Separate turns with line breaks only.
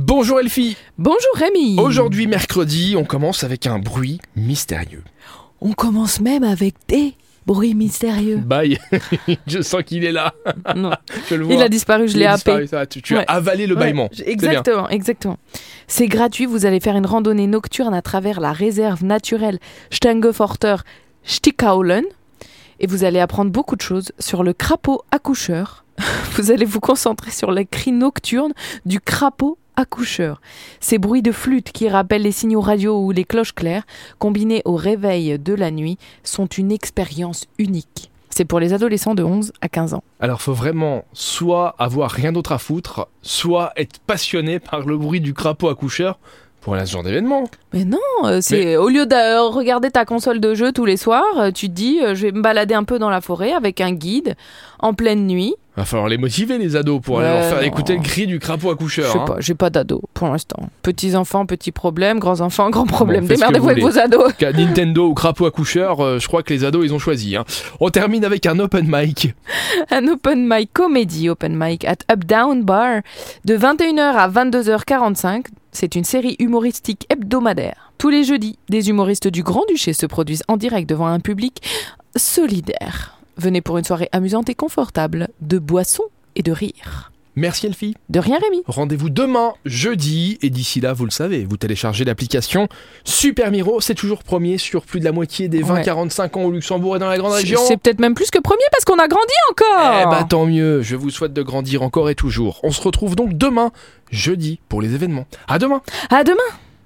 Bonjour Elfie
Bonjour Rémi
Aujourd'hui mercredi, on commence avec un bruit mystérieux.
On commence même avec des bruits mystérieux.
Bye Je sens qu'il est là,
Non,
je le vois.
il a disparu, je
Il
l'ai
a
happé.
disparu, ça, tu tu
Ouais.
as avalé le
Ouais,
bâillement.
j- exactement, exactement. C'est gratuit, vous allez faire une randonnée nocturne à travers la réserve naturelle Stangeforter Stickhaulen et vous allez apprendre beaucoup de choses sur le crapaud accoucheur. Vous allez vous concentrer sur les cris nocturnes du crapaud accoucheur. Ces bruits de flûte qui rappellent les signaux radio ou les cloches claires, combinés au réveil de la nuit, sont une expérience unique. C'est pour les adolescents de 11 à 15 ans.
Alors faut vraiment soit avoir rien d'autre à foutre, soit être passionné par le bruit du crapaud accoucheur pour aller à ce genre d'événement.
Mais non, euh, c'est au lieu de euh, regarder ta console de jeu tous les soirs, euh, tu te dis euh, je vais me balader un peu dans la forêt avec un guide en pleine nuit.
Va falloir les motiver les ados pour aller
Ouais,
leur faire
non.
écouter le cri du crapaud
Je
accoucheur.
sais
hein.
pas, j'ai pas d'ado pour l'instant. Petits enfants, petits problèmes, grands enfants, grands problèmes.
faites ce que vous
Démerdez-vous avec
voulez.
vos ados.
Qu'à Nintendo ou crapaud accoucheur, euh, je crois que les ados ils ont choisi. hein. On termine avec un open mic.
Un open mic comédie, open mic at Updown Bar de 21h à 22h45. C'est une série humoristique hebdomadaire. Tous les jeudis, des humoristes du Grand-Duché se produisent en direct devant un public solidaire. Venez pour une soirée amusante et confortable, de boissons et de rire.
Merci Elfie.
De rien, Rémi.
Rendez-vous demain, jeudi, et d'ici là, vous le savez, vous téléchargez l'application Super Miro, c'est toujours premier sur plus de la moitié des
Ouais.
20-45 ans au Luxembourg et dans la grande
C'est
région.
c'est peut-être même plus que premier parce qu'on a grandi encore.
Eh bah tant mieux, je vous souhaite de grandir encore et toujours. On se retrouve donc demain, jeudi, pour les événements. À demain
À demain.